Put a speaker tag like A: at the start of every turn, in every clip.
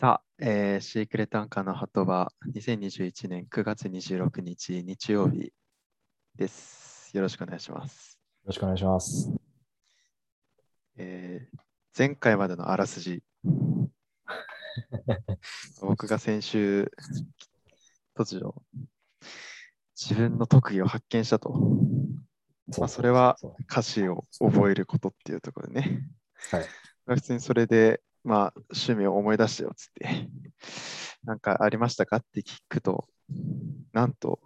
A: さあ、えーシークレットアンカーの鳩は2021年9月26日日曜日です。よろしくお願いします。
B: よろしくお願いします。
A: えー前回までのあらすじ。僕が先週、突如、自分の特技を発見したと、まあそれは
B: そう
A: 歌詞を覚えることっていうところでね。
B: はい
A: まあ普通にそれで、まあ、趣味を思い出してよっつって、 なんかありましたかって聞くと、なんと、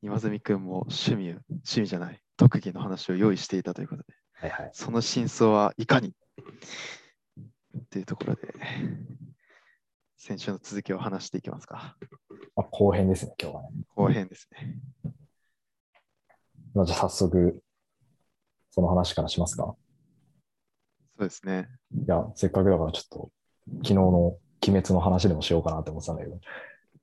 A: 今住くんも趣味、趣味じゃない、特技の話を用意していたということで、
B: はいはい。
A: その真相はいかにっていうところで、先週の続きを話していきますか。
B: まあ、後編ですね、今日はね。
A: 後編ですね。
B: まあ、じゃあ早速、その話からしますか。
A: そうですね。
B: いや、せっかくだからちょっと、昨日の鬼滅の話でもしようかなって思ってたんだけど。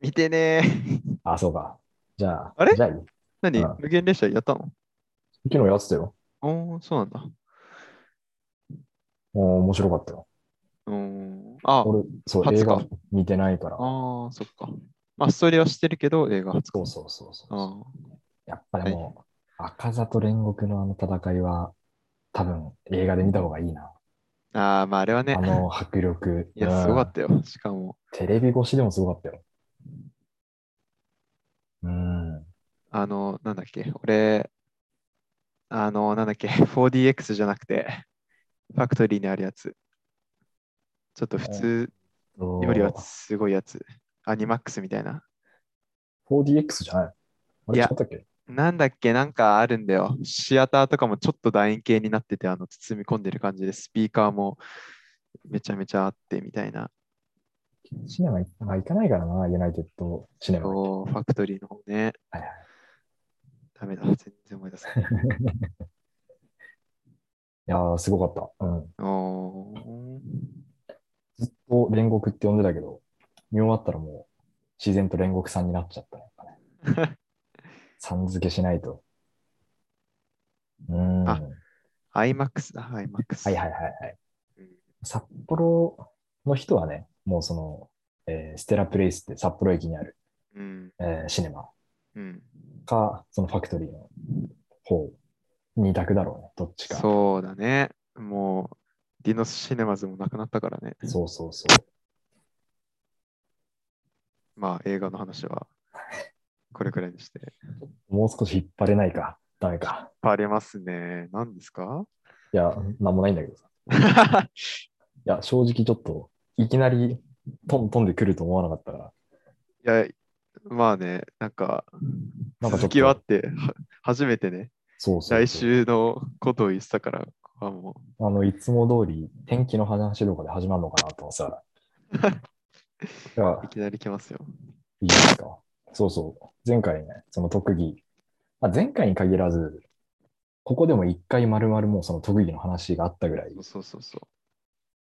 A: 見てねー。
B: あ、そうか。じゃあ、
A: あれ
B: じゃあいい昨
A: 何
B: うん
A: 無限列車やったの
B: 日やってたよ。
A: おー、そうなんだ。
B: おー面白かったよ。
A: うーん。あ、
B: 俺、そう、
A: 初
B: 映
A: か
B: 画見てないから。
A: ああ、そっか。まあ、ストーリーは知ってるけど、映画初
B: そ
A: か
B: う。そうそうそう
A: あー
B: やっぱでも、赤座と煉獄のあの戦いは、多分映画で見た方がいいな。
A: あー、まあ、あれはね
B: あ、の迫力。
A: いや、
B: うん
A: すごかったよ。しかも、
B: テレビ越しでもすごかったよ。うん。
A: あの、なんだっけ、俺、あの、なんだっけ、4DX じゃなくて、ファクトリーにあるやつ。ちょっと普通よりはすごいやつ。アニマックスみたいな。
B: 4DX じゃないあ
A: い
B: れ違
A: や
B: ったっけ
A: なんだっけ、なんかあるんだよ。シアターとかもちょっと楕円形になってて、あの、包み込んでる感じで、スピーカーもめちゃめちゃあってみたいな。
B: シネマ行,、まあ、行かないからな、ユナイテッドシネマ。
A: おーファクトリーの方ね。
B: はいはい
A: ダメだ、全然思い出せない。
B: いやー、すごかった。うん。
A: おー
B: ずっと煉獄って呼んでたけど、見終わったらもう自然と煉獄さんになっちゃったね。やっぱねさん付けしないと。うーん。
A: あ
B: はい
A: IMAX だ、IMAX。
B: はいはいはい。札幌の人はね、もうその、えーステラプレイスって札幌駅にある、
A: うん。
B: えーシネマ
A: うん。
B: か、そのファクトリーの方、二択だろうね、どっちか。そう
A: そうだね。もう、ディノスシネマズもなくなったからね。
B: そうそう
A: まあ、映画の話は、これくらいにして。
B: もう少し引っ張れないか、ダメか。
A: ありますね。何ですか
B: いや、なんもないんだけどさ。いや、正直ちょっと、いきなり、トントンで来ると思わなかったから、
A: いや、まあね、なんか、
B: なんかちょ
A: 続
B: っ
A: きはあっ
B: と、
A: て、は初めてね、
B: そうそうそう
A: 来週のことを言ってたから、ここはも、
B: あの、いつも通り、天気の話とかで始まるのかなと思ってたから。いう
A: い
B: や、
A: きなり来ますよ。
B: いいですか。そうそう。前回ね、その特技、まあ、前回に限らず、ここでも一回丸々もうその特技の話があったぐらい、
A: そうそうそ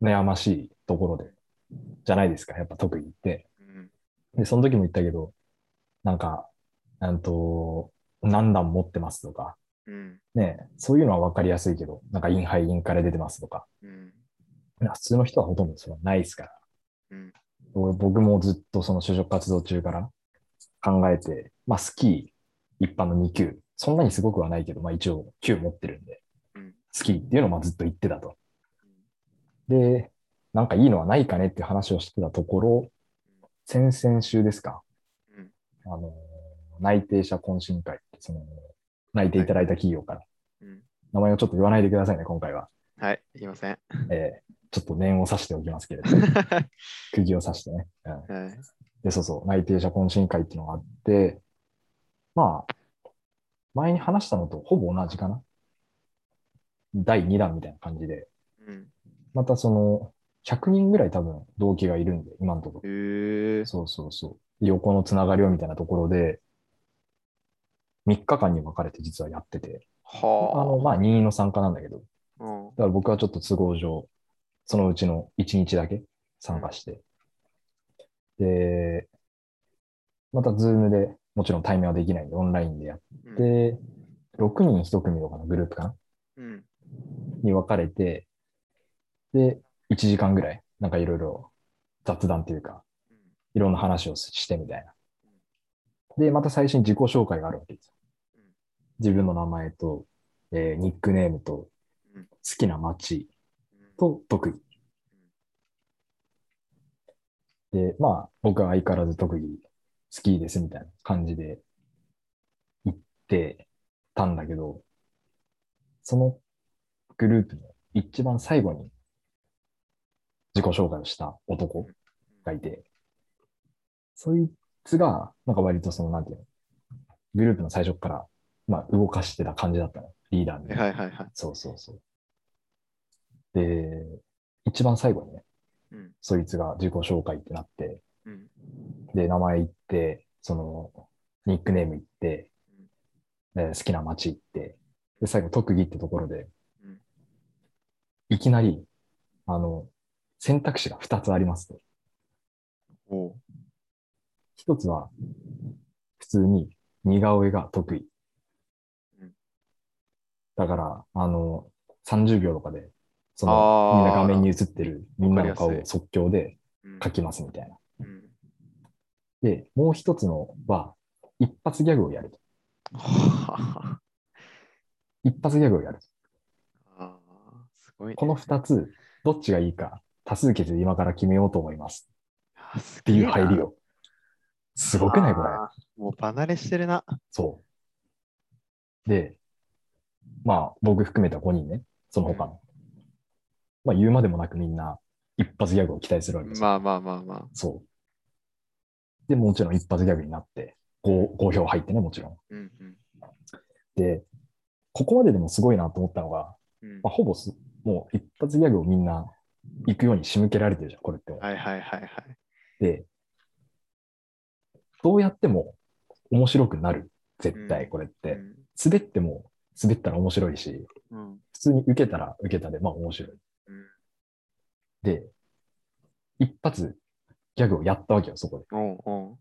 B: 悩ましいところで、じゃないですか、やっぱ特技って。
A: う。うん、
B: で、その時も言ったけど、なんか、なんと、何段持ってますとか、
A: うん、
B: ね、そういうのは分かりやすいけど、なんかインハイインから出てますとか、
A: うん、
B: 普通の人はほとんどそれはないですから。
A: うん、
B: 俺僕もずっとその就職活動中から考えて、まあスキー一般の2級、そんなにすごくはないけど、まあ一応級持ってるんで
A: うん、
B: スキーっていうのをまあずっと言ってたと。で、なんかいいのはないかねっていう話をしてたところ、先々週ですか、
A: うん、
B: あの、内定者懇親会って、その、内定いただいた企業から、
A: うん。
B: 名前をちょっと言わないでくださいね、今回は。
A: はい、言いま せん。
B: えーちょっと念を指しておきますけれ ど、
A: は
B: 釘を刺してね。うん
A: い、
B: で、そうそう、内定者懇親会っていうのがあって、まあ、前に話したのとほぼ同じかな。第2弾みたいな感じで、
A: うん。
B: またその、100人ぐらい多分同期がいるんで、今のところ。
A: へえ
B: そうそうそう。横のつながりをみたいなところで、3日間に分かれて実はやってて、あ
A: は
B: の、まあ、任意の参加なんだけど、だ
A: あ。うん
B: から僕はちょっと都合上、そのうちの1日だけ参加して、で、またズームで、もちろん対面はできないんで、オンラインでやっ
A: うん
B: て、6人1組とかのグループかな
A: うん。
B: に分かれて、で、1時間ぐらい、なんかいろいろ雑談っていうか、いろんな話をしてみたいな。で、また最初に自己紹介があるわけですよ
A: うん。
B: 自分の名前と、えーニックネームと、
A: うん
B: 好きな街
A: うん
B: と特技。で、まあ、僕は相変わらず特技、好きですみたいな感じで言ってたんだけど、そのグループの一番最後に自己紹介をした男がいて、そいつが、なんか割とその、なんていうの、グループの最初っから、まあ、動かしてた感じだったの、リーダーに。
A: はいはいはい。
B: そうそうそう。で、一番最後にね、
A: うん
B: そいつが自己紹介ってなって、
A: うん
B: で、名前言って、その、ニックネーム言って、で好きな街行って、で、最後特技ってところで、
A: うん
B: いきなり、あの、選択肢が2つありますと。
A: おう
B: 1つは、普通に似顔絵が得意
A: うん。
B: だから、あの、30秒とかで、そ
A: あ
B: の、
A: ー
B: みんな画面に映ってるみんなの顔
A: わかり
B: を
A: や
B: 即興で
A: うん
B: 描きますみたいな。
A: うん
B: で、もう一つのは、一発ギャグをやると。
A: は
B: 一発ギャグをやると。
A: ああーすごいね。
B: この二つ、どっちがいいか、多数決で今から決めようと思います。
A: あす
B: って
A: げえ
B: いう
A: な
B: 入りを。すごくないこれ。
A: あーもう離れしてるな。
B: そう。で、まあ、僕含めた5人ね、その他の。まあ、言うまでもなくみんな、一発ギャグを期待するわけですよ。
A: まあまあまあまあ。
B: そう。で、もちろん一発ギャグになって、5, 5票入ってね、もちろん。
A: うんうん
B: で、ここまででもすごいなと思ったのが、
A: うん
B: まあ、ほぼす、もう一発ギャグをみんな行くように仕向けられてるじゃん、これって。
A: はいはいはいはい。
B: で、どうやっても面白くなる、絶
A: う
B: 対
A: ん
B: これっ
A: う
B: て。
A: ん
B: 滑っても滑ったら面白いし、
A: うん
B: 普通に受けたら受けたで、まあ面白い。
A: うん
B: で、一発ギャグをやったわけよ、そこで。
A: おうお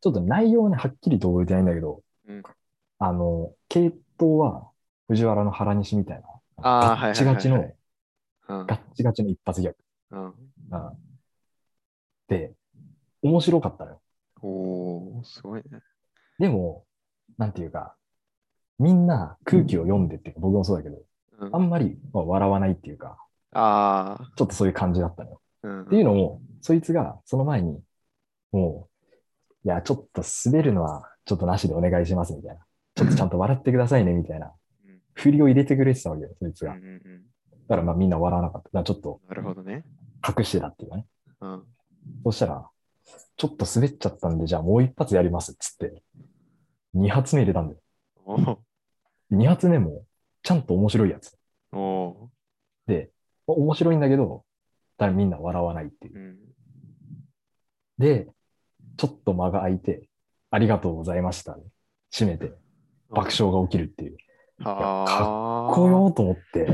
B: ちょっと内容はね、はっきりと覚えてないんだけど、
A: ううん
B: あの、系統は藤原の原西みたいな、
A: あー
B: ガッチガチ
A: はい
B: の
A: は、うん
B: ガッチガチの一発ギャ
A: う
B: グ。
A: ん
B: うんで、面白かったのよ。
A: おおすごいね。
B: でも、なんていうか、みんな空気を読んでっていうか、僕もそうだけど、
A: うん
B: あんまりまあ笑わないっていうか、
A: ああ。
B: ちょっとそういう感じだったのよ。
A: うん
B: っていうのも、そいつがその前に、もう、いや、ちょっと滑るのはちょっとなしでお願いしますみたいな。ちょっとちゃんと笑ってくださいねみたいな。
A: うん
B: 振りを入れてくれてたわけよ、そいつ
A: うんう
B: が。だ
A: んうん
B: からまあみんな笑わなかった。だからちょっと
A: なるほどね。
B: 隠してたっていうかね。
A: うん
B: そしたら、ちょっと滑っちゃったんで、じゃあもう一発やりますっつって、二発目入れたんだよ。
A: おー
B: 二発目も、ちゃんと面白いやつ。
A: お
B: で、お面白いんだけど、だみんな笑わないっていう
A: ー。うん
B: で、ちょっと間が空いて、ありがとうございました、ね。閉めて、爆笑が起きるっていう。
A: はあ。
B: こうよーと思って。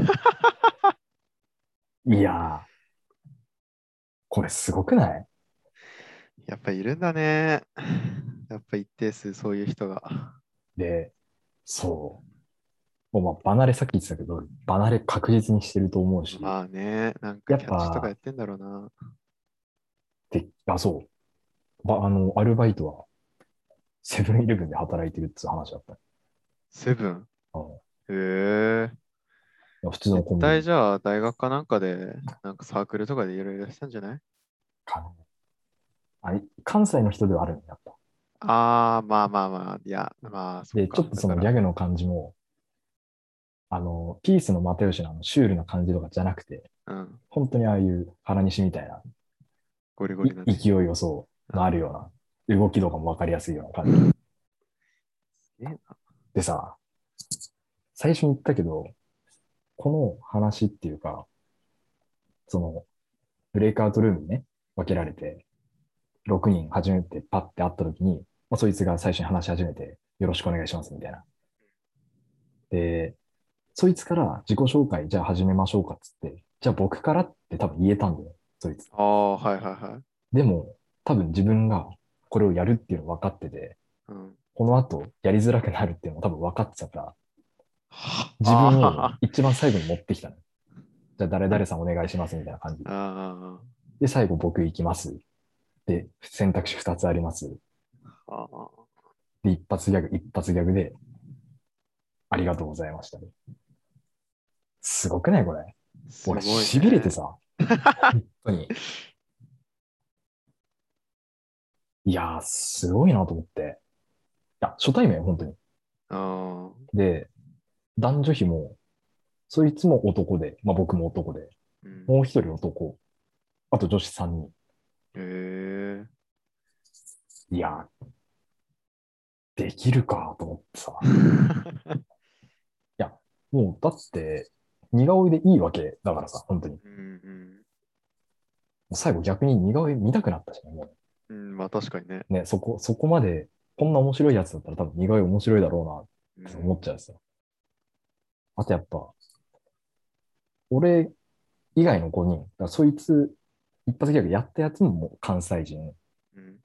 B: いやー、これすごくない
A: やっぱいるんだね。やっぱ一定数そういう人が。
B: で、そう。もうまあ、離れさっき言ってたけど、離れ確実にしてると思うし、
A: まあね、なんか
B: やっ
A: キ
B: ぱ
A: ャッチとかやってんだろうな。
B: で、あ、そう。ば、あの、アルバイトは、セブンイレブンで働いてるっていう話だった。
A: セブン。
B: うん
A: へえ
B: いや普通のコ
A: 絶
B: ンビニ
A: 対じゃあ大学かなんかで、なんかサークルとかでいろいろやってたんじゃない
B: かなあれ、関西の人ではあるんだった。
A: ああ、まあまあまあ、いや、まあ、そ
B: で、
A: う
B: ちょ
A: か。
B: っとその
A: だ
B: ギ
A: から
B: ャグの感じも、あの、ピースの又吉のあのシュールな感じとかじゃなくて、
A: うん、
B: 本当にああいう原西みたいな、
A: ゴリゴリなん
B: い
A: で。
B: 勢いをそう、のあるような、動きとかもわかりやすいような感じ。
A: げえな
B: でさ、最初に言ったけど、この話っていうか、その、ブレイクアウトルームにね、分けられて、6人初めてパッて会った時に、まあ、そいつが最初に話し始めて、よろしくお願いします、みたいな。で、そいつから自己紹介、じゃあ始めましょうかっつって、じゃあ僕からって多分言えたんだよ、そいつ。
A: ああ、はいはいはい。
B: でも、多分自分がこれをやるっていうの分かってて、
A: うん、
B: この後やりづらくなるっていうのも多分分かってたから、
A: は
B: 自分を
A: あ
B: 一番最後に持ってきたの。じゃあ誰々さんお願いしますみたいな感じ
A: ー。あ
B: で、最後僕行きます。で、選択肢2つあります。
A: ああ、
B: で、一発ギャグ、一発ギャグで、ありがとうございましたね。すごくないこれ。
A: すごい、
B: 俺、
A: ね。
B: 痺れてさ。本当に。いやー、すごいなと思って。いや、初対面よ、本当に。
A: あ
B: で、男女比も、そいつも男で、まあ僕も男で、
A: ーうん
B: もう一人男、あと女子3人。
A: へえ
B: いやー、できるかと思ってさ。もう、だって、似顔絵でいいわけだからさ、本当に。も
A: うんうん
B: う最後逆に似顔絵見たくなったしね、も
A: うん、まあ確かにね。
B: うね、そこ、そこまで、こんな面白いやつだったら多分似顔絵面白いだろうな
A: うん
B: 思っちゃうさ。あとやっぱ、俺以外の5人、だからそいつ、一発ギャグやったやつももう関西人、
A: うん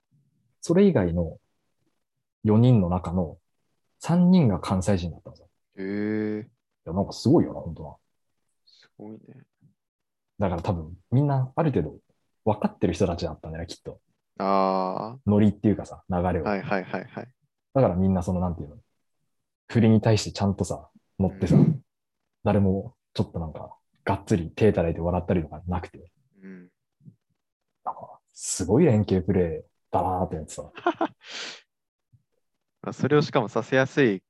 B: それ以外の4人の中の3人が関西人だったんですよ。
A: へえ
B: いや、なんかすごいよな、本当は。
A: すごいね。
B: だから多分、みんなある程度分かってる人たちだったんだよね、きっと。
A: あ
B: ノリっていうかさ、流れを。
A: あ、はいはいはいはい。
B: だからみんなその、なんていうの、振りに対してちゃんとさ、乗ってさ、
A: うん
B: 誰もちょっとなんか、がっつり手叩いて笑ったりとかなくて、
A: うん、
B: なんか、すごい連携プレーだなーってやつさ。
A: まあそれをしかもさせやすい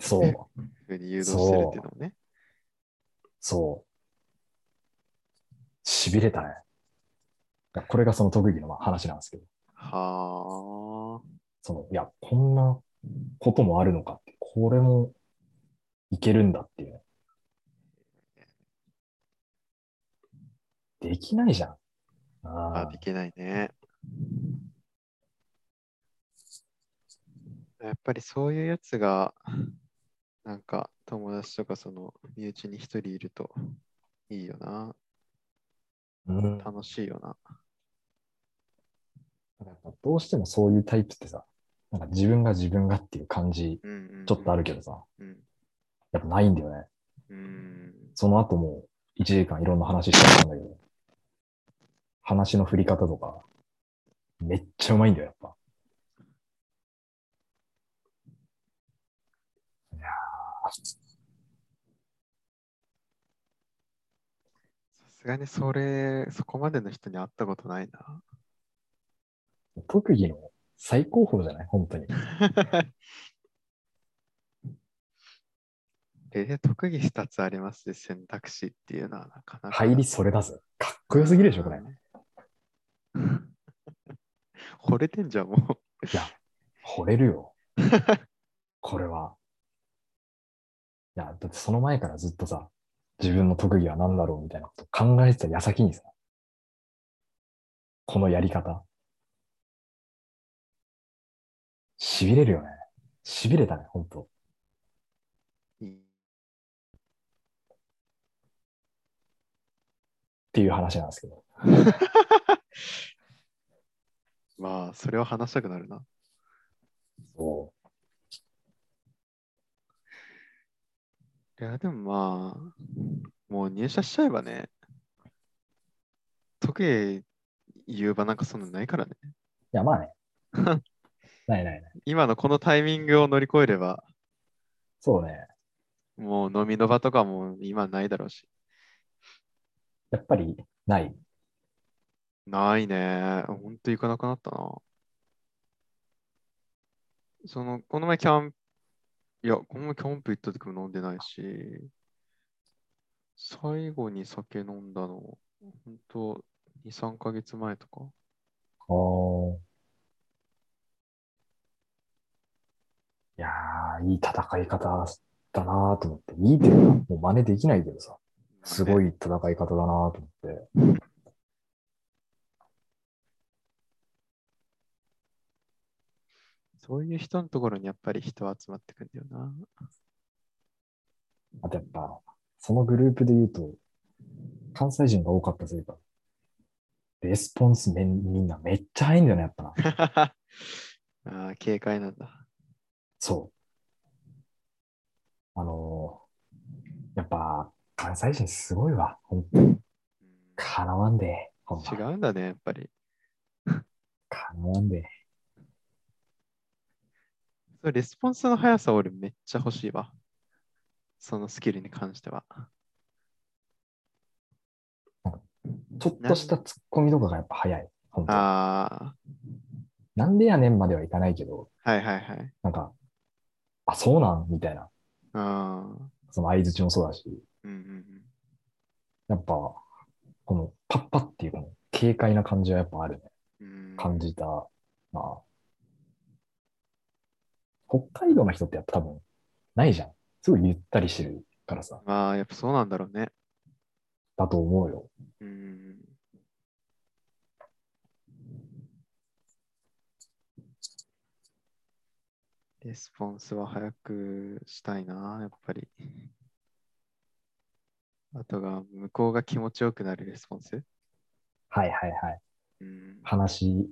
B: そう、
A: ふうに誘導してるっていうのもね。
B: そう。痺れたね。いやこれがその特技のまあ話なんですけど、
A: は
B: その、いや、こんなこともあるのかって、これもいけるんだっていうね。できないじゃん。
A: あ。
B: あ
A: あ
B: あ
A: で、きないね。やっぱりそういうやつが、なんか友達とかその身内に一人いるといいよな。
B: うん、
A: 楽しいよな。
B: やっぱどうしてもそういうタイプってさ、なんか自分が自分がっていう感じ、
A: うんうんうん
B: ちょっとあるけどさ、
A: うん。
B: やっぱないんだよね。
A: うん。
B: その後も1時間いろんな話してたんだけど、話の振り方とか、めっちゃうまいんだよ、やっぱ。いや
A: さすがにそれ、そこまでの人に会ったことない な。
B: ー特技の最高峰じゃない本当に。
A: えー、特技2つありますね選択肢っていうのはなかなか。
B: 入りそれだぜ。かっこよすぎるでしょ、これ。い
A: うん。 惚れてんじゃん、もう。
B: や、惚れるよ。これは。いや、だってその前からずっとさ、自分の特技は何だろうみたいなこと考えてた矢先にさ、このやり方。痺れるよね。痺れたね、ほんと。
A: いい
B: っていう話なんですけど。
A: まあ、それは話したくなるな。
B: そう。
A: いや、でもまあ、もう入社しちゃえばね、特技言う場なんかそんなないからね。
B: いや、まあね。ないないない。
A: 今のこのタイミングを乗り越えれば、
B: そうね。
A: もう飲みの場とかも今ないだろうし。
B: やっぱり、ない。
A: ないね。ほんと行かなくなったな。その、この前キャンプ、いや、この前キャンプ行った時も飲んでないし、最後に酒飲んだの、ほんと、2、3ヶ月前とか。
B: あーいやー、いい戦い方だなーと思って。いいというか、もう真似できないけどさ。すご
A: い。
B: い戦い方だなーと思って。
A: そういう人のところにやっぱり人は集まってくんだよな。
B: あとやっぱ、そのグループで言うと、関西人が多かったせいか、レスポンスめんみんなめっちゃ早いんだよね、やっぱな。
A: ああ、警戒なんだ。
B: そう。あのーやっぱ、関西人すごいわ。ほんとに。
A: うん
B: かなわんで。ほんま
A: 違うんだね、やっぱり。
B: かもんで。
A: それレスポンスの速さ俺めっちゃ欲しいわ。そのスキルに関しては。
B: ちょっとしたツッコミとかがやっぱ早い。ほんと
A: あ
B: なんでやねんまではいかないけど、
A: あ、はいはいはい。
B: なんか、あ、そうなんみたいな。
A: あー
B: その相づちもそうだし、
A: うんうん
B: やっぱ、このパッパっていうこの軽快な感じはやっぱあるね。
A: うんうん
B: 感じた。まあ。北海道の人ってやっぱ多分、ないじゃん。すごいゆったりしてるからさ。
A: まあ、やっぱそうなんだろうね。
B: だと思うよ。
A: うん。レスポンスは早くしたいな、やっぱり。あとが、向こうが気持ちよくなるレスポンス。
B: はいはいはい。
A: うん、
B: 話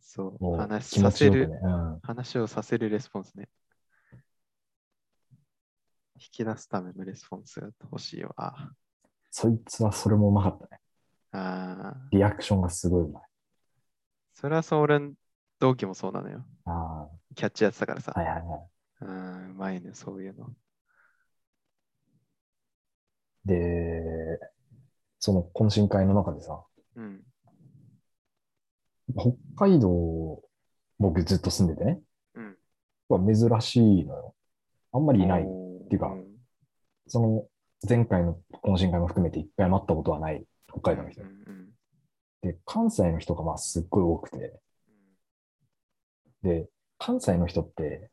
A: そう、
B: を
A: 話
B: 気
A: さ
B: 持ち
A: せ
B: よく
A: る、
B: ね。うん。
A: 話をさせるレスポンスね。引き出すためのレスポンスが欲しいわ。あ
B: そいつはそれもうまかったね。
A: あー、
B: リアクションがすごいうまい。
A: それはそう、俺の同期もそうなのよ。
B: ああ、
A: キャッチやってたからさ。
B: はいはいはい。
A: うん、うまいね、そういうの。
B: で、その懇親会の中でさ、
A: うん。
B: 北海道、僕ずっと住んでてね、
A: うん。
B: は珍しいのよ。あんまりいない。
A: って
B: いうか
A: ん、
B: その、前回の懇親会も含めて一回も会ったことはない北海道の人
A: う。ん
B: で、関西の人がまあすっごい多くて、で、関西の人って、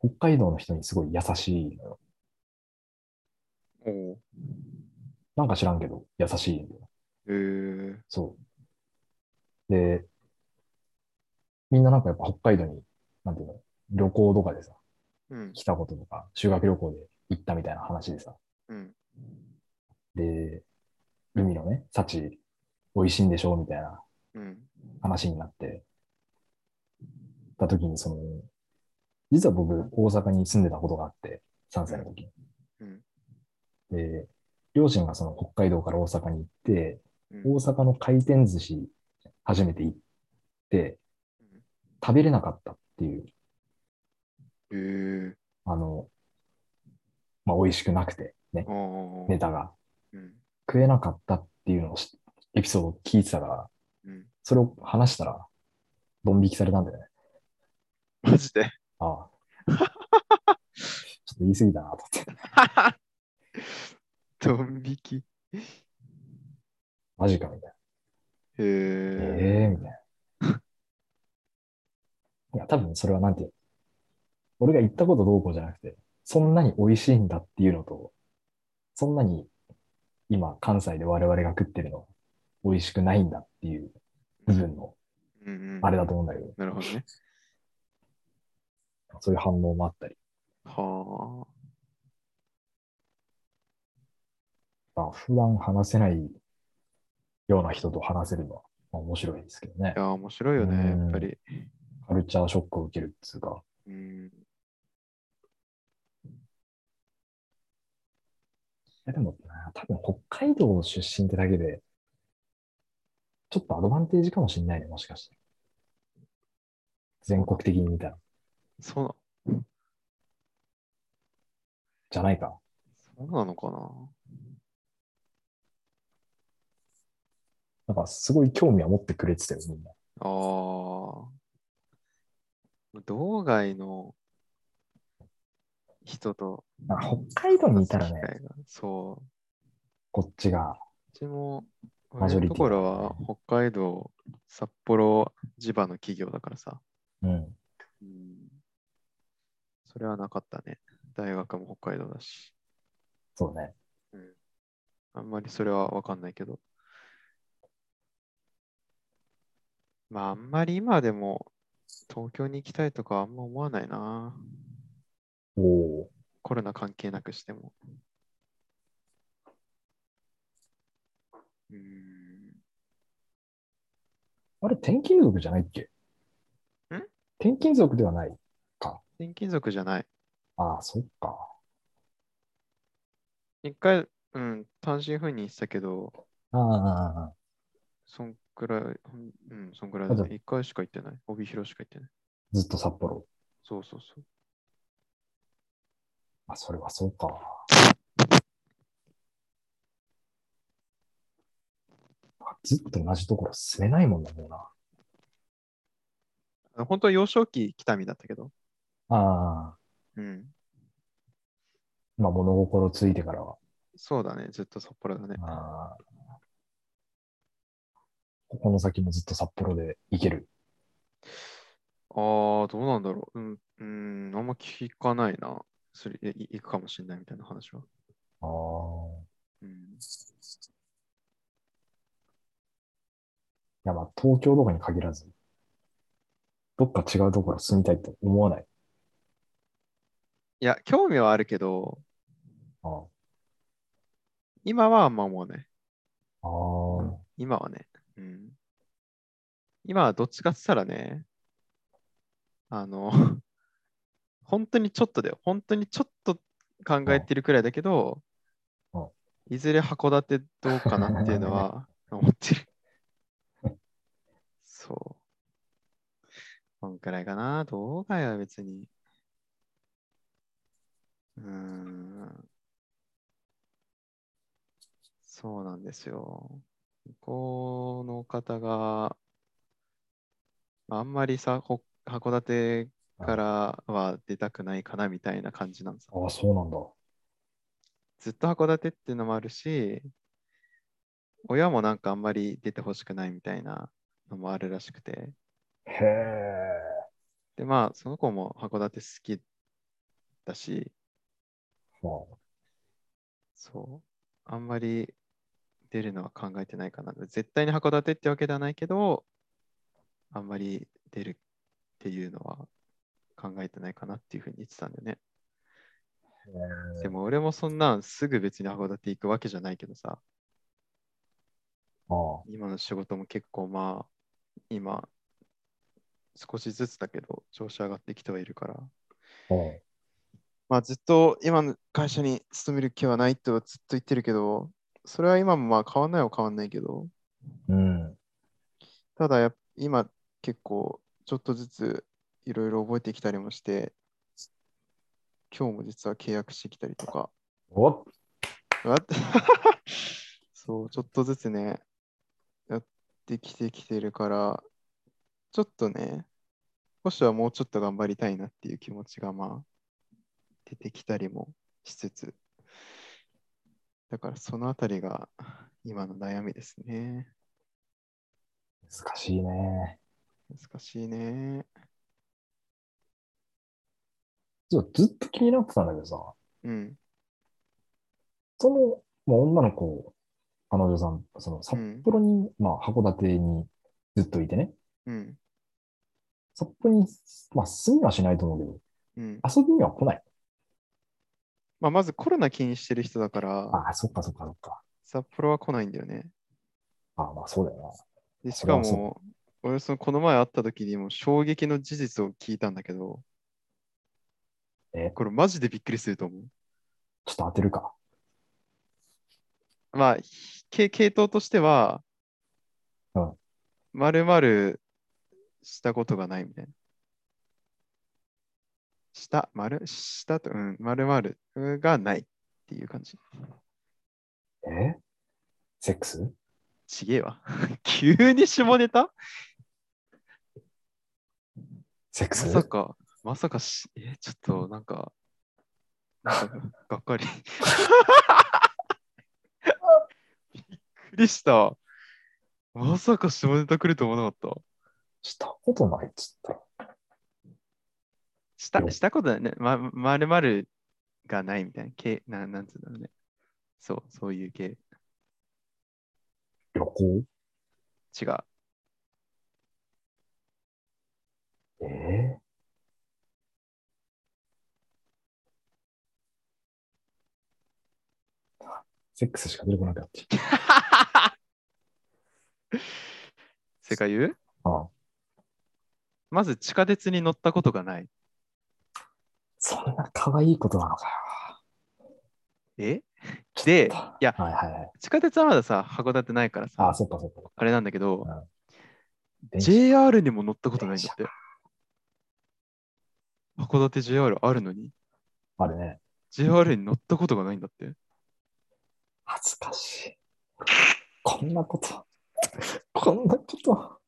B: 北海道の人にすごい優しいのよ。
A: うんうん、おお。
B: なんか知らんけど、優しいのよ。
A: えー、
B: そう。で、みんななんかやっぱ北海道に、なんていうの、旅行とかでさ、
A: うん。
B: 来たこととか、修学旅行で行ったみたいな話でさ、
A: うん。
B: で、海のね、幸、美味しいんでしょみたいな
A: うん。
B: 話になって、た時に、その、実は僕、大阪に住んでたことがあって、3歳の時に。
A: うん。
B: で、両親がその北海道から大阪に行って、
A: うん
B: 大阪の回転寿司、初めて行って、食べれなかったっていう、
A: えー、
B: あの、まあ、美味しくなくて、ね、
A: おお。
B: ネタが
A: うん。
B: 食えなかったっていうのをし、エピソードを聞いてたから、
A: うん。
B: それを話したら、ドン引きされたんだよね。
A: マジで。
B: ああ。ちょっと言い過ぎたなと思って。
A: ドン引き。
B: マジかみたい
A: へ
B: な。
A: え
B: ええみたいな。いや、多分それはなんていうの俺が言ったことどうこうじゃなくて、そんなに美味しいんだっていうのと、そんなに今関西で我々が食ってるの美味しくないんだっていう部分の
A: うんうん、
B: あれだと思うんだけど、
A: なるほ どね。
B: そういう反応もあったり、
A: はあ。
B: まあ、普段話せないような人と話せるのはまあ面白いですけどね
A: い。や、面白いよね、やっぱり。
B: カルチャーショックを受けるっていうか、
A: うん。
B: いやでもな、多分北海道出身ってだけで、ちょっとアドバンテージかもしれないね、もしかして。全国的に見たら。
A: そうな、
B: じゃないか。
A: そうなのかな。
B: なんかすごい興味は持ってくれてたよ、みんな。
A: ああ。道外の人と
B: なんか北海道にいたらね
A: 話す、機会が。そう。
B: こっちが、
A: うちも、
B: マジョ
A: 俺
B: リ
A: の
B: テ
A: と
B: ィ
A: ころは北海道、札幌、地場の企業だからさ。
B: うん。
A: うん。それはなかったね。大学も北海道だし。
B: そうね。
A: あんまりそれはわかんないけど。まあ、あんまり今でも東京に行きたいとかあんま思わないな。
B: おお
A: コロナ関係なくしても。うーん。
B: ー。あれ、転勤族じゃないっけ
A: ん
B: 転勤族ではない。
A: 転勤族じゃない。
B: ああ、そっか。
A: 一回、うん、単身赴任したけど、
B: ああああ、ああ
A: そんくらい、うんうん、そんくらい
B: あじ
A: だ
B: ゃあ
A: ね。一回しか行ってない。帯広しか行ってない。
B: ずっと札幌。
A: そうそうそう。
B: あ、それはそうか。あずっと同じところ住めないもんだもんな。
A: あの本当は幼少期北見だったけど。
B: ああ、
A: うん。
B: まあ物心ついてからは。
A: そうだね。ずっと札幌だね。
B: あーここの先もずっと札幌で行ける。
A: ああ、どうなんだろう。うん、うん、あんま聞かないな。それ、いい行くかもしれないみたいな話は。
B: ああ、
A: うん。
B: いやまあ東京とかに限らず、どっか違うところ住みたいと思わない。
A: いや、興味はあるけど、
B: あー
A: 今はあんま思わない。
B: あー、
A: 今はね。うん。今はどっちかって言ったらね、あの、 本当にちょっとだよ。本当にちょっと考えてるくらいだけど
B: うんうん、
A: いずれ函館どうかなっていうのは思ってる。そう。こんくらいかな。どうかよ、別に。うーん。そうなんですよ。向こうの方が、あんまりさ、ほ函館からは出たくないかなみたいな感じなんです。
B: ああ、そうなんだ。
A: ずっと函館っていうのもあるし、親もなんかあんまり出てほしくないみたいなのもあるらしくて。
B: へえ。
A: で、まあ、その子も函館好きだし、
B: まあ
A: そう、あんまり出るのは考えてないかな。絶対に函館ってわけではないけど、あんまり出るっていうのは考えてないかなっていうふうに言ってたんだよね。でも俺もそんなんすぐ別に函館行くわけじゃないけどさ、
B: ああ、
A: 今の仕事も結構まあ、今、少しずつだけど、調子上がってきてはいるから、
B: うん
A: まあずっと今の会社に勤める気はないとはずっと言ってるけど、それは今もまあ変わんないは変わんないけど、
B: うん。
A: ただやっ今結構ちょっとずついろいろ覚えてきたりもして、今日も実は契約してきたりとか、
B: おっ
A: うわっそう、ちょっとずつね、やってきてきてるから、ちょっとね、少しはもうちょっと頑張りたいなっていう気持ちがまあ、出てきたりもしつつ、だからそのあたりが今の悩みですね。
B: 難しいね。
A: 難しいね。
B: ちょっとずっと気になってたんだけどさ、
A: うん、
B: その、まあ、女の子、彼女さん、その札
A: うん
B: 幌に、まあ、函館にずっといてね、
A: うん、
B: 札幌に、まあ、住みはしないと思うけ
A: うん。
B: ど、遊びには来ない。
A: まあ、まずコロナ気にしてる人だから、
B: ああ、そっかそっかそっか。
A: 札幌は来ないんだよね。
B: ああ、まあ、そうだよ
A: で、し
B: そ
A: か
B: れはそう
A: も、俺、そのこの前会った時にもう衝撃の事実を聞いたんだけど、
B: え
A: これマジでびっくりすると思う。
B: な。ちょっと当てるか。
A: まあ、ひ系系統としては
B: うん、
A: まるまるしたことがないみたいな。した、まる、したと、うん、まるまるがないっていう感じ。
B: えセックス
A: ちげえわ。 急に下ネタ
B: セッ
A: ま
B: クス
A: さか、まさかし、え、ちょっとなんか、なんかがっかり。びっくりした。まさか下ネタ来ると思わなかった。
B: したことないっつったら。
A: し
B: よ
A: たしたことないね。ま、まるまるがないみたいな。系ななんつうんだろうね。そう、そういう系。
B: 旅行
A: 違う。
B: ええセックスしか出てこなくなっちゃった。
A: 世界言う
B: ああ
A: まず地下鉄に乗ったことがない。
B: そんな可愛いことなのかよ。
A: えで
B: ちょっと
A: いや
B: はいはいはい。
A: 地下鉄はまださ、函館ないからさ、
B: あ、
A: あ
B: そっかそっか。
A: れなんだけど、
B: 電車
A: JR にも乗ったことないんだって。函館 JR あるのに、
B: あるね。
A: JR に乗ったことがないんだって。
B: 恥ずかしい。こんなこと。こんなこと。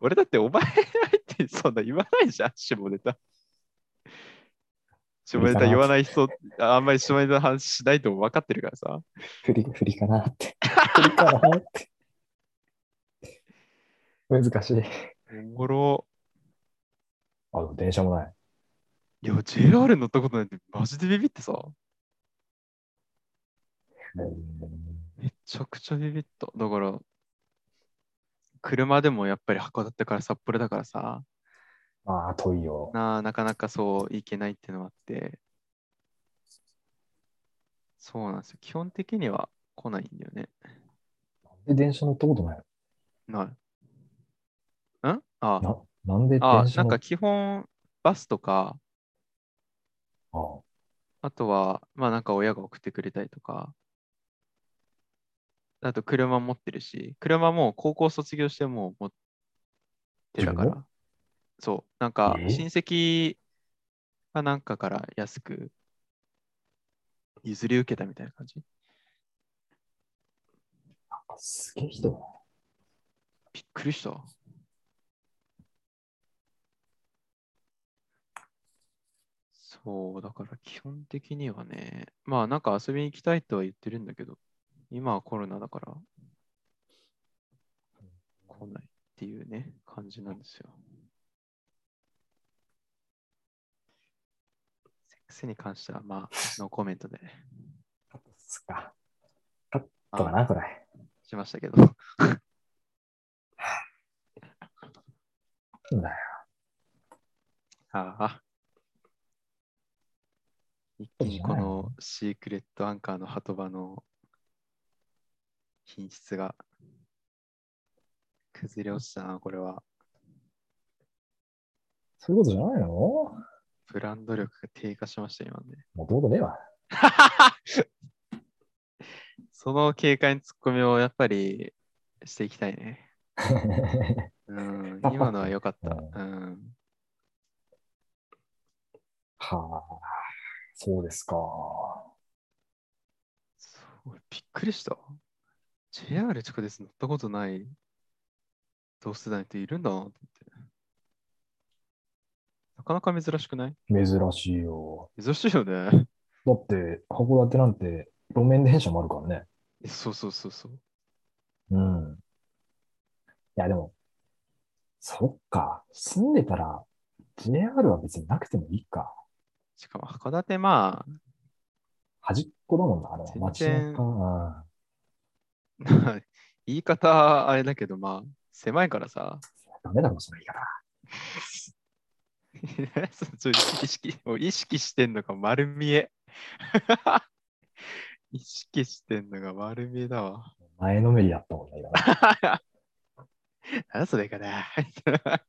A: 俺だってお前ってそんな言わないじゃん、下ネタ。下ネタ言わない人、ああんまり下ネタの話しないとも分かってるからさ。
B: 振り、振りかな って。振りかなって。難しい。
A: おもろ。
B: あ、でも電車もない。
A: いや、JR に乗ったことないってマジでビビってさ。めちゃくちゃビビった。だから、車でもやっぱり函館から札幌だからさ、
B: ああ、遠いよ。
A: なあなかなかそう行けないっていうのもあって、そうなんですよ。基本的には来ないんだよね。
B: で、電車乗ったことない
A: ない。んあ
B: な、なんで電
A: あ、
B: 車
A: なん
B: 乗
A: か
B: っ
A: 基本バスとか、
B: ああ
A: あとは、まあなんか親が送ってくれたりとか、あと車持ってるし、車もう高校卒業してもう持ってたか
B: 自分
A: ら、そう、なんか
B: え
A: 親戚がなんかから安く譲り受けたみたいな感じ。
B: なんかすげえ人だな。
A: びっくりした。そう、だから基本的にはね、まあなんか遊びに行きたいとは言ってるんだけど、今はコロナだから、来ないっていうね、感じなんですよ。セックスに関しては、まあ、ノーコメントで
B: カットすっか。カットかな、これ。
A: しましたけど。
B: なんだよ。
A: ああ。一気にこのシークレットアンカーの鳩場の品質が崩れ落ちたな、これは。
B: そういうことじゃないのも
A: ブランド力が低下しました、今 ね。
B: ともと では。
A: その警戒のツッコミをやっぱりしていきたいね。うん、今のは良かった。うん。
B: はあ、そうですか。
A: そうびっくりした。JR 地下鉄乗ったことない同世代っているんだなって思って。なかなか珍しくない
B: 珍しいよ。
A: 珍しいよね。
B: だって、函館なんて路面電車もあるからね。
A: え そうそうそうそう。
B: うん。いや、でも、そっか。住んでたら、JR は別になくてもいいか。
A: しかも函館ま
B: 端っこだもんな、あれは。
A: 全
B: 街
A: 然
B: 中。うん
A: あ、 言い方あれだけどまあ、狭いからさ。
B: ダメだろ、その言い方。
A: そう意識もう意識してんのが丸見え。 意識してんのが丸見えだわ。
B: 前のめりだったもんね、今ね
A: 何それかな なんか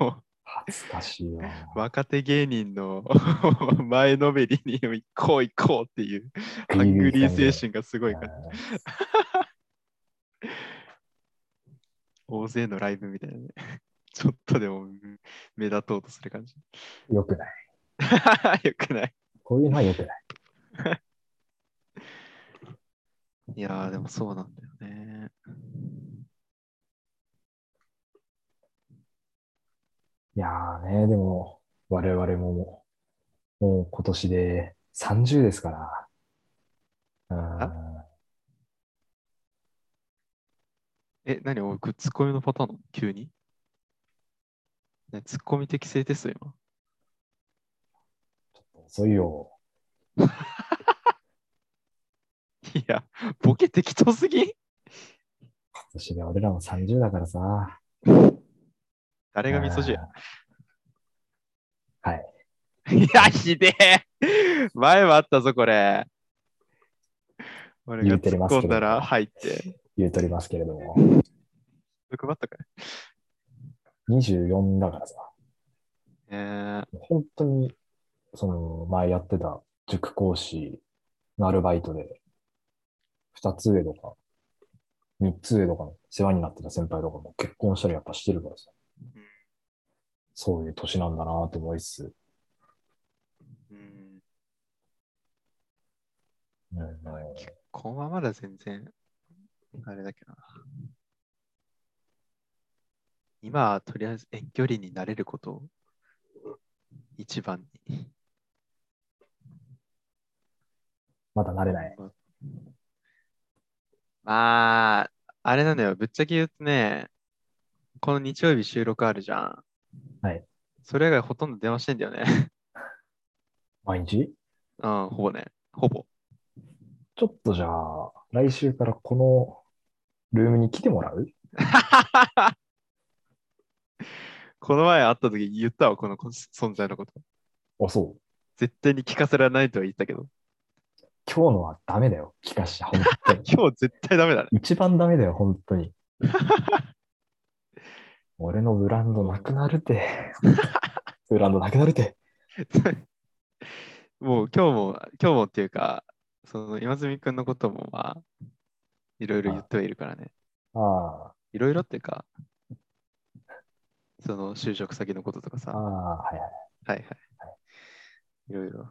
A: もう
B: 恥ずかしいわ。
A: 若手芸人の 前のめりに行こう行こうっていうハングリー精神がすごいから
B: うん
A: 大勢のライブみたいなね ちょっとでも目立とうとする感じ
B: 良くない。
A: よくない
B: こういうのは良くない。
A: いやーでもそうなんだよね
B: いやーね、でも、我々ももう、もう今年で30ですから。うん。
A: え何俺これツッコミのパターンなの急に、ね、ツッコミ適正テスト今
B: 遅いよ。
A: いやボケ適当すぎん
B: 今年で俺らも30だからさ。
A: 誰が味噌汁や
B: うんはい。
A: いや、ひでえ前もあったぞ、これ。俺が
B: 言うて
A: 突
B: れ
A: っ
B: ます
A: 込
B: けど
A: んだら入って。
B: 言うとりますけれども。
A: 欲張ったかい
B: 24だからさ。
A: えー、
B: 本当にその前やってた塾講師のアルバイトで、二つ上とか、三つ上とかの世話になってた先輩とかも結婚したりやっぱしてるからさ
A: うん。
B: そういう年なんだなと思いつつ、
A: うん。
B: うん
A: 結婚はまだ全然、あれだけどな。今はとりあえず遠距離になれることを一番に。
B: まだ慣れない。
A: まあ、あれなのよ。ぶっちゃけ言うとね、この日曜日収録あるじゃん。
B: はい。
A: それ以外ほとんど電話してんだよね。
B: 毎日
A: うん、ほぼね。ほぼ。
B: ちょっとじゃあ、来週からこのルームに来てもらう
A: この前会った時言ったわ、この存在のこと。
B: あ、そう。
A: 絶対に聞かせられないとは言ったけど、。
B: 今日のはダメだよ。聞かして、本当に
A: 今日絶対ダメだね。
B: 一番ダメだよ、本 当に。俺のブランドなくなるて。 ブランドなくなるて。
A: もう今日も、今日もっていうか、その今住くんのこともまあ、いろいろ言ってはいるからね。
B: あ
A: いろいろっていうか、その就職先のこととかさ、
B: あ、ああ、
A: は
B: はいはい。
A: いはい。いろいろ。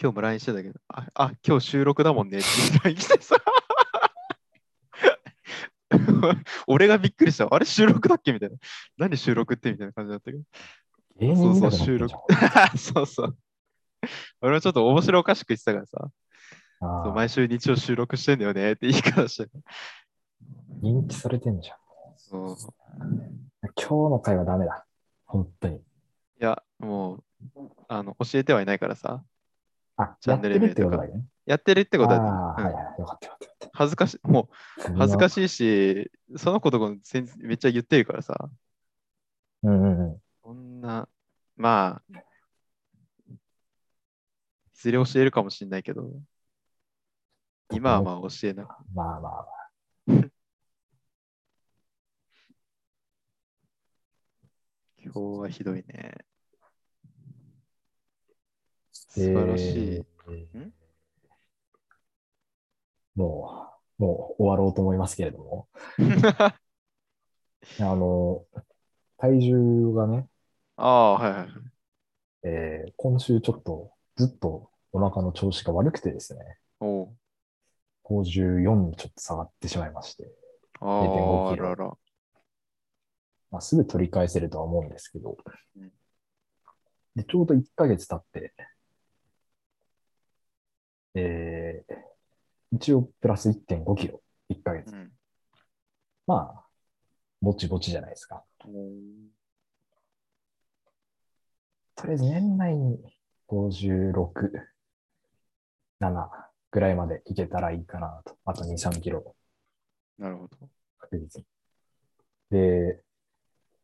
A: 今日も LINE してたけど、あ、あ今日収録だもんねって LINE 来てさ。 俺がびっくりした。あれ収録だっけみたいな。何収録ってみたいな感じだったけど。
B: 芸人みたいになってんじゃ
A: そうそ
B: ん
A: う収録 そうそう。俺もちょっと面白おかしく言ってたからさ、
B: あ
A: そう
B: あ
A: 毎週日曜収録してんだよねって言い方してた。
B: 人気されてんじゃん。
A: そう
B: 今日の回はダメだ。本当に。
A: いや、もう、あの、教えてはいないからさ、
B: あ、
A: チ
B: や
A: ャ
B: っ
A: ン
B: て
A: ネル
B: る
A: 名
B: って
A: とか
B: ことだよね。
A: やってるってこと
B: あ
A: は、
B: あ、
A: うん
B: はいはい。よかったよかったよかっ
A: 恥ずかしい、も
B: た。
A: う恥ずかしいし、その子とかも全然めっちゃ言ってるからさ、
B: うんうんうん。
A: そんな、まあ、いずれ教えるかもしれないけど、今はまあ教えなく
B: まあまあまあ。
A: 今日はひどいね。
B: え
A: 素
B: ー
A: 晴らしい。。ん
B: もう、もう終わろうと思いますけれども。 あの、体重がね、
A: ああ、はいはいはい。
B: えー今週ちょっとずっとお腹の調子が悪くてですね、
A: おう
B: 54にちょっと下がってしまいまして、
A: ああ、あ
B: 0.5キロ
A: らら。
B: まあ、すぐ取り返せるとは思うんですけど
A: うん、
B: でちょうど1ヶ月経って、えー一応プラス1.5キロ、1ヶ月
A: う。ん。
B: まあ、ぼちぼちじゃないですか。とりあえず年内に56、7ぐらいまでいけたらいいかなと。あと2、3キロ
A: なるほど。
B: 確実に。で、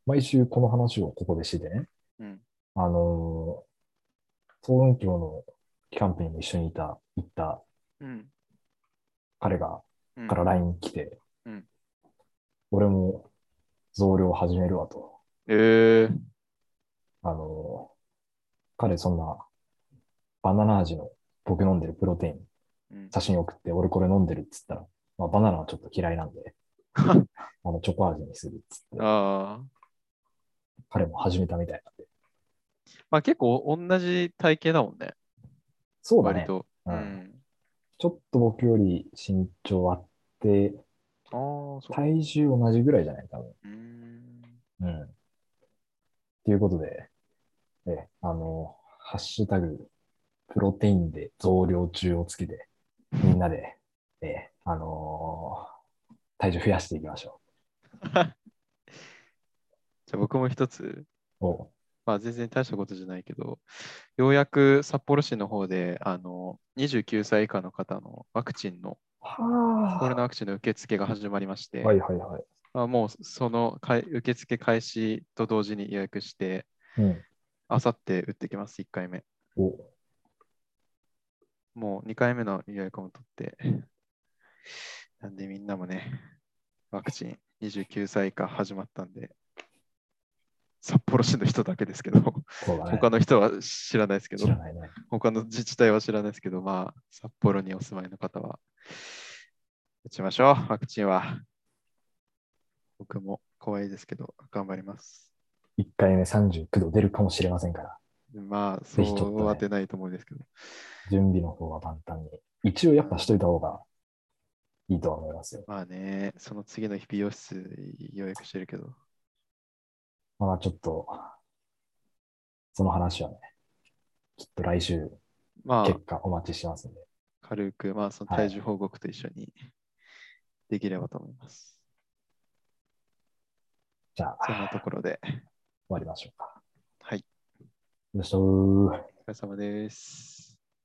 B: 毎週この話をここでしててね、
A: うん。
B: あのー、東雲峡のキャンプにも一緒にいた、行った
A: うん。
B: 彼が、
A: うん
B: から LINE 来て、
A: うん
B: 俺も増量始めるわと。
A: ええ
B: あの、彼そんな、バナナ味の僕飲んでるプロテイン、
A: うん
B: 写真送って、俺これ飲んでるっつったら、まあ、バナナはちょっと嫌いなん で、あの、チョコ味にするっつって、
A: ああ。
B: 彼も始めたみたいなんで。
A: まあ結構同じ体型だもんね。
B: そうだ
A: 割
B: ね。
A: と。
B: うん
A: ん。
B: ちょっと僕より身長あって、
A: ああ、そう。
B: 体重同じぐらいじゃない多分。
A: うーん。
B: うん。ということで、え、あの、ハッシュタグ、プロテインで増量中をつけて、みんなで、え、あのー体重増やしていきましょ
A: じゃあ僕も一つ、
B: う。お
A: まあ全然大したことじゃないけど、ようやく札幌市の方で、あの、29歳以下の方のワクチンの、
B: は
A: コロナワクチンの受付が始まりまして、
B: はいはいはい。
A: まあ、もうそのかい受付開始と同時に予約して、
B: うん。
A: あさって打ってきます、1回目。
B: お
A: もう2回目の予約も取って、 なんでみんなもね、ワクチン29歳以下始まったんで、札幌市の人だけですけど、
B: そうだね。
A: 他の人は知らないですけど
B: 知、らないね。
A: 他の自治体は知らないですけど、まあ、札幌にお住まいの方は、打ちましょう、ワクチンは。僕も怖いですけど、頑張ります。
B: 1回目39度出るかもしれませんから、
A: まあ、そ
B: ぜひちょっとね
A: うは出ないと思うんですけど、
B: 準備の方は万端に。一応やっぱしといた方がいいとは思いますよ。
A: まあね、その次の日美容室予約してるけど、
B: まあちょっと、その話はね、きっと来週
A: まあ
B: 結、果お待ちしてますんで。
A: 軽く、まあ、その
B: はい
A: 体重報告と一緒にできればと思います。
B: じゃあ、
A: そん
B: 終
A: なところで、
B: わりましょうか。
A: はい。
B: よいしょー。
A: お疲れ様です。